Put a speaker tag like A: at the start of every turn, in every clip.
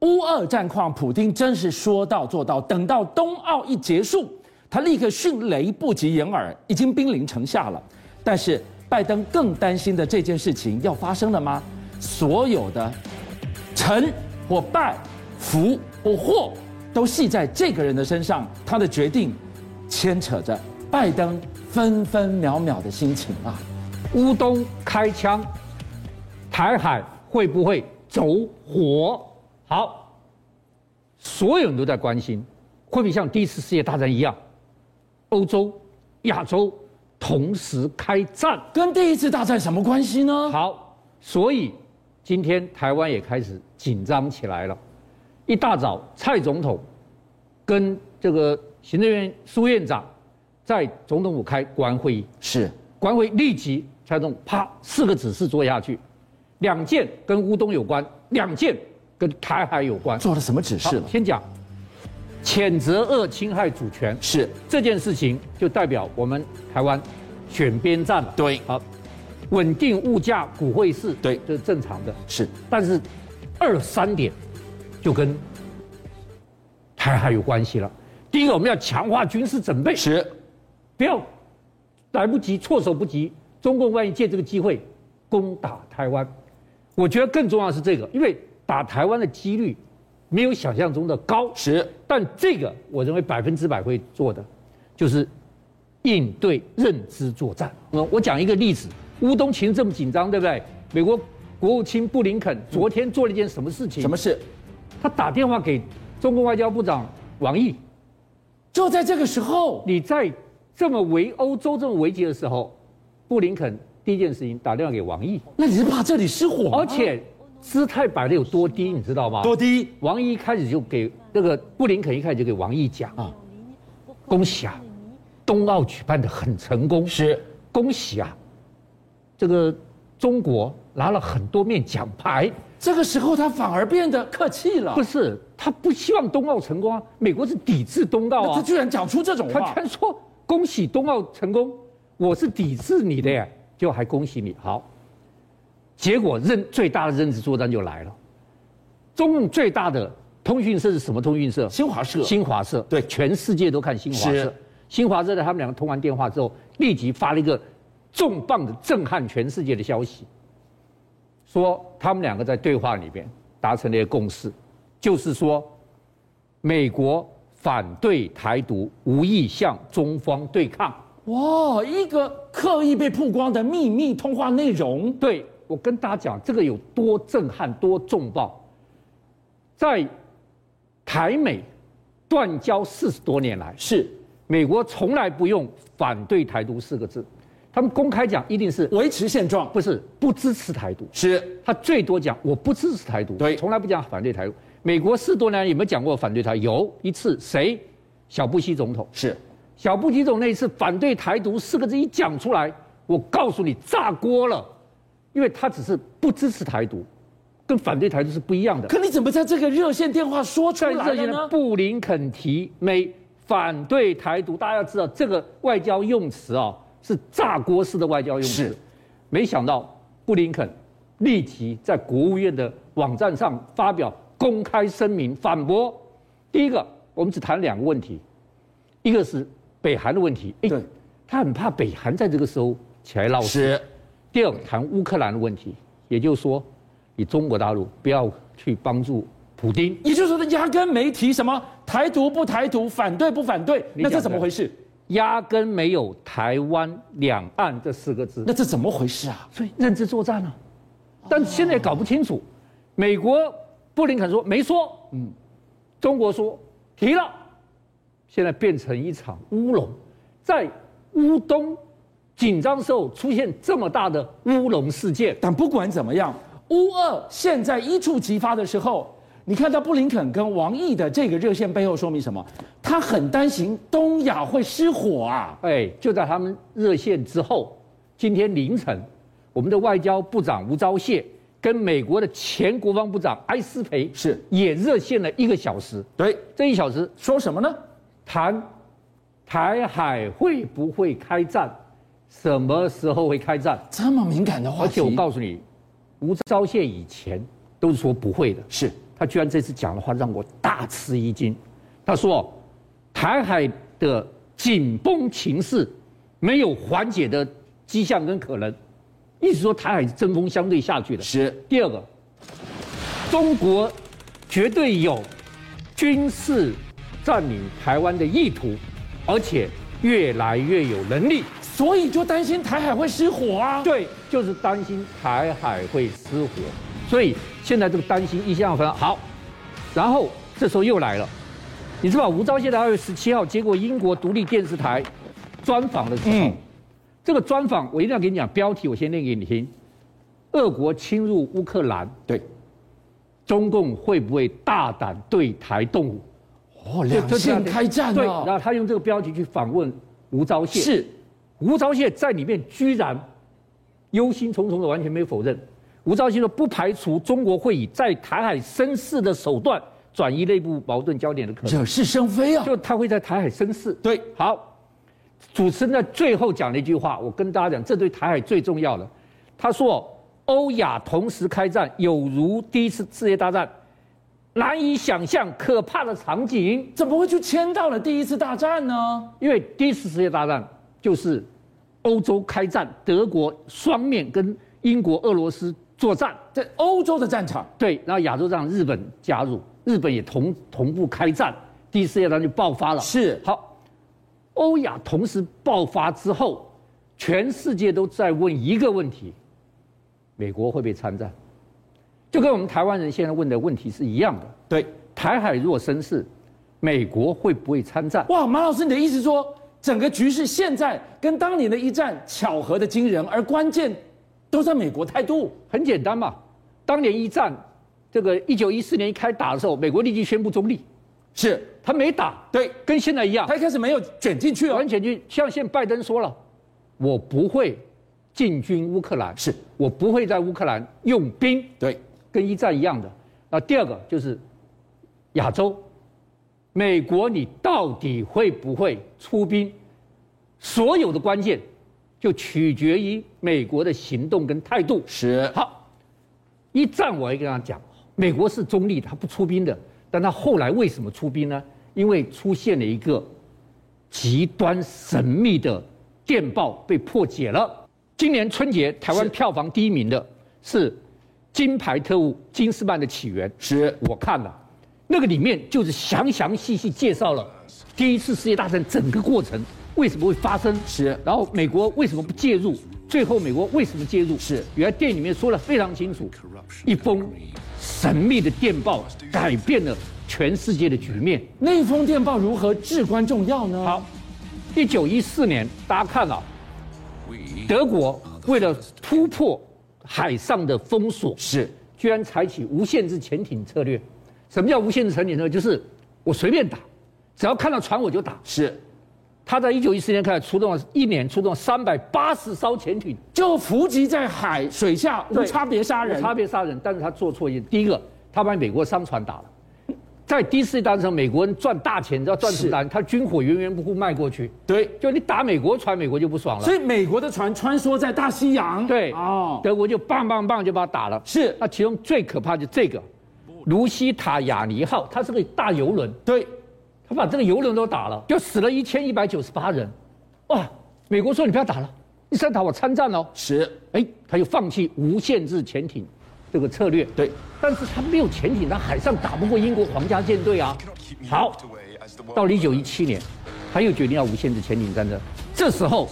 A: 乌俄战况，普京真是说到做到。等到冬奥一结束，他立刻迅雷不及掩耳，已经兵临城下了。但是拜登更担心的这件事情要发生了吗？所有的成或败、福或祸，都系在这个人的身上，他的决定牵扯着拜登分分秒秒的心情啊。
B: 乌东开枪，台海会不会走火？好，所有人都在关心，会不会像第一次世界大战一样，欧洲、亚洲同时开战？
A: 跟第一次大战什么关系呢？
B: 好，所以今天台湾也开始紧张起来了。一大早，蔡总统跟这个行政院苏院长在总统府开国安会议，
A: 是
B: 国安会立即蔡总统啪四个指示做下去，两件跟乌东有关，两件跟台海有关。
A: 做了什么指示
B: 好
A: 了？
B: 先讲谴责恶侵害主权
A: 是
B: 这件事情，就代表我们台湾选边站了。
A: 对
B: 好，稳定物价、股汇市，
A: 对
B: 这是正常的。
A: 是
B: 但是二三点就跟台海有关系了。第一个，我们要强化军事准备，
A: 是，
B: 不要来不及、措手不及，中共万一借这个机会攻打台湾。我觉得更重要的是这个，因为打台湾的几率没有想象中的高，
A: 是
B: 但这个我认为百分之百会做的，就是应对认知作战。我我讲一个例子，乌东情势这么紧张，对不对？美国国务卿布林肯昨天做了一件什么事情？
A: 什么？事？
B: 他打电话给中国外交部长王毅，
A: 就在这个时候，
B: 你在这么围欧洲这么危急的时候，布林肯第一件事情打电话给王毅，
A: 那你是怕这里失火吗？
B: 而且姿态摆的有多低，你知道吗？
A: 哦多低
B: 王毅一开始就给那个布林肯一开始就给王毅讲
A: 啊
B: 啊，恭喜啊，冬奥举办的很成功，
A: 是
B: 恭喜啊，这个中国拿了很多面奖牌，
A: 这个时候他反而变得客气了
B: 不，是他不希望冬奥成功啊，美国是抵制冬奥
A: 那他
B: 啊，
A: 居然讲出这种
B: 他
A: 话
B: 居，然说恭喜冬奥成功，我是抵制你的耶，就还恭喜你，好，结果认最大的认知作战就来了，中共最大的通讯社是什么通讯社？
A: 新华社
B: 新华社，
A: 对
B: 全世界都看新华
A: 是
B: 社。新华社在他们两个通完电话之后，立即发了一个重磅的震撼全世界的消息，说他们两个在对话里面达成了一个共识，就是说，美国反对台独，无意向中方对抗。
A: 哇，一个刻意被曝光的秘密通话内容，
B: 对我跟大家讲，这个有多震撼、多重磅，在台美断交四十多年来，
A: 是
B: 美国从来不用“反对台独”四个字，他们公开讲一定是
A: 维持现状，
B: 不是不支持台独，
A: 是
B: 他最多讲我不支持台独，
A: 对
B: 从来不讲反对台独。美国四十多年来有没有讲过反对台？有一次谁？小布希总统。
A: 是
B: 小布希总那一次反对台独四个字一讲出来，我告诉你炸锅了，因为他只是不支持台独，跟反对台独是不一样的。
A: 可你怎么在这个热线电话说出
B: 在
A: 来
B: 热
A: 了
B: 线的
A: 呢？
B: 布林肯提美反对台独，大家要知道这个外交用词啊、是炸锅式的外交用词
A: 是。
B: 没想到布林肯立即在国务院的网站上发表公开声明反驳。第一个，我们只谈两个问题，一个是北韩的问题，哎
A: 对，
B: 他很怕北韩在这个时候起来闹事。
A: 是
B: 第二个谈乌克兰的问题，也就是说，你中国大陆不要去帮助普丁。
A: 也就是说，他压根没提什么台独不台独，反对不反对，
B: 你
A: 那这
B: 讲
A: 怎么
B: 的
A: 回事？
B: 压根没有“台湾两岸”这四个字，
A: 那这怎么回事啊？
B: 所以认知作战啊。但现在也搞不清楚，美国布林肯说没说，嗯，中国说提了，现在变成一场乌龙，在乌东紧张时候出现这么大的乌龙事件，
A: 但不管怎么样，乌二现在一触即发的时候，你看到布林肯跟王毅的这个热线背后说明什么？他很担心东亚会失火啊！
B: 哎，就在他们热线之后，今天凌晨，我们的外交部长吴钊燮跟美国的前国防部长埃斯培
A: 是
B: 也热线了一个小时。
A: 对，
B: 这一小时
A: 说什么呢？
B: 谈台海会不会开战，什么时候会开战？
A: 这么敏感的话
B: 而
A: 题，
B: 且我告诉你，吴钊燮以前都是说不会的，
A: 是
B: 他居然这次讲的话让我大吃一惊。他说，台海的紧绷情势没有缓解的迹象跟可能，意思说台海针锋相对下去了。
A: 是
B: 第二个，中国绝对有军事占领台湾的意图，而且越来越有能力。
A: 所以就担心台海会失火啊。
B: 对，就是担心台海会失火，所以现在这个担心一下分好，然后这时候又来了，你知道吴钊燮在二月十七号接过英国独立电视台专访的时候，
A: 嗯
B: 这个专访我一定要给你讲标题，我先念给你听：俄国侵入乌克兰，
A: 对，
B: 中共会不会大胆对台动武？
A: 哦，
B: 就
A: 两
B: 就这样
A: 线开战
B: 对，然
A: 啊，
B: 后他用这个标题去访问吴钊燮，
A: 是
B: 吴钊燮在里面居然忧心忡忡的，完全没有否认。吴钊燮说，不排除中国会以在台海生事的手段转移内部矛盾焦点的可能，
A: 惹是生非啊。
B: 就他会在台海生事。
A: 对，
B: 好，主持人在最后讲了一句话，我跟大家讲，这对台海最重要了。他说，欧亚同时开战，有如第一次世界大战，难以想象可怕的场景。
A: 怎么会就签到了第一次大战呢？
B: 因为第一次世界大战就是欧洲开战，德国双面跟英国、俄罗斯作战，
A: 在欧洲的战场，
B: 对，然后亚洲让日本加入，日本也同同步开战，第一次世界大战就爆发了。
A: 是
B: 好，欧亚同时爆发之后，全世界都在问一个问题：美国会不会参战？就跟我们台湾人现在问的问题是一样的。
A: 对，
B: 台海若生事，美国会不会参战？
A: 哇，马老师，你的意思说，整个局势现在跟当年的一战巧合的惊人，而关键都在美国态度。
B: 很简单嘛，当年一战，这个一九一四年一开打的时候，美国立即宣布中立，
A: 是
B: 他没打，
A: 对，
B: 跟现在一样
A: 啊他，一开始没有卷进去哦
B: 完，全就像现在拜登说了，我不会进军乌克兰，
A: 是
B: 我不会在乌克兰用兵，
A: 对，
B: 跟一战一样的。那第二个就是亚洲，美国你到底会不会出兵？所有的关键就取决于美国的行动跟态度。
A: 是
B: 好，一战我也跟他讲，美国是中立的，他不出兵的。但他后来为什么出兵呢？因为出现了一个极端神秘的电报被破解了。今年春节台湾
A: 是
B: 票房第一名的是《金牌特务金斯曼的起源》，
A: 是
B: 我看了，那个里面就是详详细细介绍了第一次世界大战整个过程为什么会发生，
A: 是
B: 然后美国为什么不介入，最后美国为什么介入？
A: 是
B: 原来电影里面说了非常清楚，一封神秘的电报改变了全世界的局面。
A: 那封电报如何至关重要呢？
B: 好，一九一四年，大家看啊，德国为了突破海上的封锁，
A: 是
B: 居然采取无限制潜艇策略。什么叫无限制潜艇策略？就是我随便打，只要看到船我就打。
A: 是，
B: 他在一九一四年开始出动了，一年出动三百八十艘潜艇，
A: 就伏击在海水下，无
B: 对
A: 差别杀人
B: 无，差别杀人。但是他做错一件，第一个，他把美国商船打了。在第一次世界大战的时候，美国人赚大钱，你知道赚什么大钱？他军火源源不顾卖过去，
A: 对，
B: 就你打美国船，美国就不爽了
A: 所。以美国的船穿梭在大西洋，
B: 对，
A: 哦，
B: 德国就棒棒棒就把他打了。
A: 是
B: 那其中最可怕就这个，卢西塔雅尼号，它是个大游轮，
A: 对，
B: 他把这个游轮都打了，就死了一千一百九十八人。哇！美国说你不要打了，你再打我参战哦。
A: 是，
B: 哎，他就放弃无限制潜艇这个策略。
A: 对，
B: 但是他没有潜艇，他海上打不过英国皇家舰队啊。好，到了一九一七年，他又决定要无限制潜艇战争。这时候，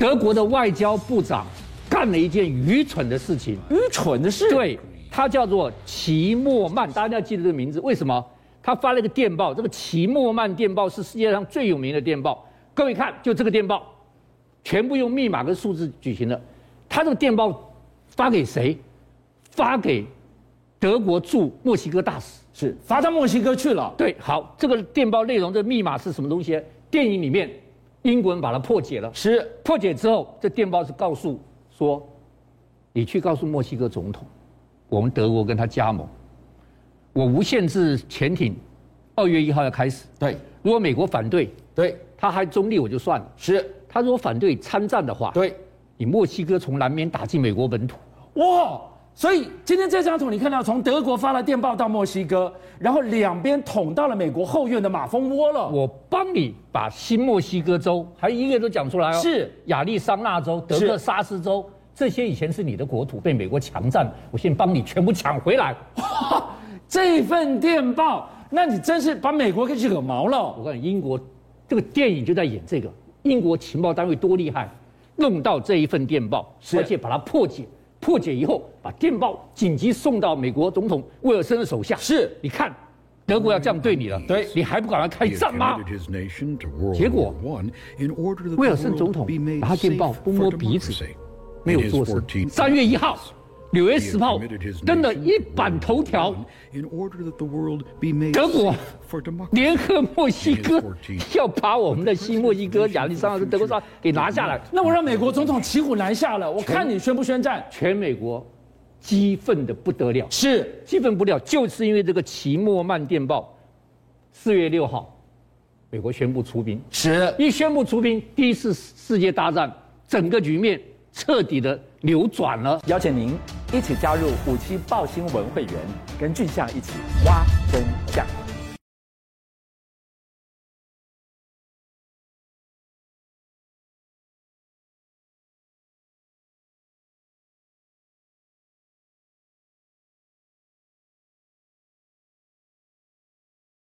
B: 德国的外交部长干了一件愚蠢的事情，
A: 愚蠢的事，，
B: 对，他叫做齐默曼，大家一定要记得这个名字。为什么？他发了一个电报，这个齐默曼电报是世界上最有名的电报。各位看，就这个电报，全部用密码跟数字举行的。他这个电报发给谁？发给德国驻墨西哥大使。
A: 是发到墨西哥去了，
B: 对，好，这个电报内容这密码是什么东西？电影里面英国人把它破解了。
A: 是
B: 破解之后，这电报是告诉说，你去告诉墨西哥总统，我们德国跟他加盟，我无限制潜艇，二月一号要开始。
A: 对
B: 如果美国反对，
A: 对
B: 他还中立我就算了；
A: 是，
B: 他如果反对参战的话，
A: 对，
B: 你墨西哥从南面打进美国本土，
A: 哇，所以今天这张图你看到，从德国发了电报到墨西哥，然后两边捅到了美国后院的马蜂窝了。
B: 我帮你把新墨西哥州，还有一个都讲出来哦，
A: 是
B: 亚利桑那州、德克萨斯州，这些以前是你的国土，被美国强占，我现在帮你全部抢回来。
A: 这份电报，那你真是把美国给惹毛了。
B: 我告诉你，英国这个电影就在演这个，英国情报单位多厉害，弄到这一份电报，
A: 是
B: 而且把它破解，破解以后把电报紧急送到美国总统威尔森的手下。
A: 是
B: 你看，德国要这样对你了，
A: 对
B: 你还不赶快开
C: He has
B: 战吗？
C: committed his nation to World
B: 结果，
C: War I in order that the
B: 威尔森总
C: world
B: 统
C: be made
B: 把他
C: safe
B: 电报不
C: for
B: 摸鼻子
C: democracy.
B: 没有
C: In his
B: 做事
C: 14th。
B: 三月一号，《纽约时报
C: He has committed》his
B: 登了
C: nation
B: 一
C: to
B: 版
C: World
B: 头条
C: War，I in order that the world be made
B: 德国
C: safe for democracy.
B: 联合墨西哥
C: In his 14th
B: 要把我们的新墨西哥、亚利桑那州、德国萨给拿下来。
A: 那我让美国总统骑虎难下
D: 嗯
A: 了，我看你宣不宣战？
B: 全美国激愤的不得了，
A: 是
B: 激愤不了，就是因为这个奇莫曼电报。四月六号，美国宣布出兵，
A: 是，
B: 一宣布出兵，第一次世界大战整个局面彻底的扭转了。
D: 邀请您一起加入五七报新闻会员，跟俊相一起挖真相。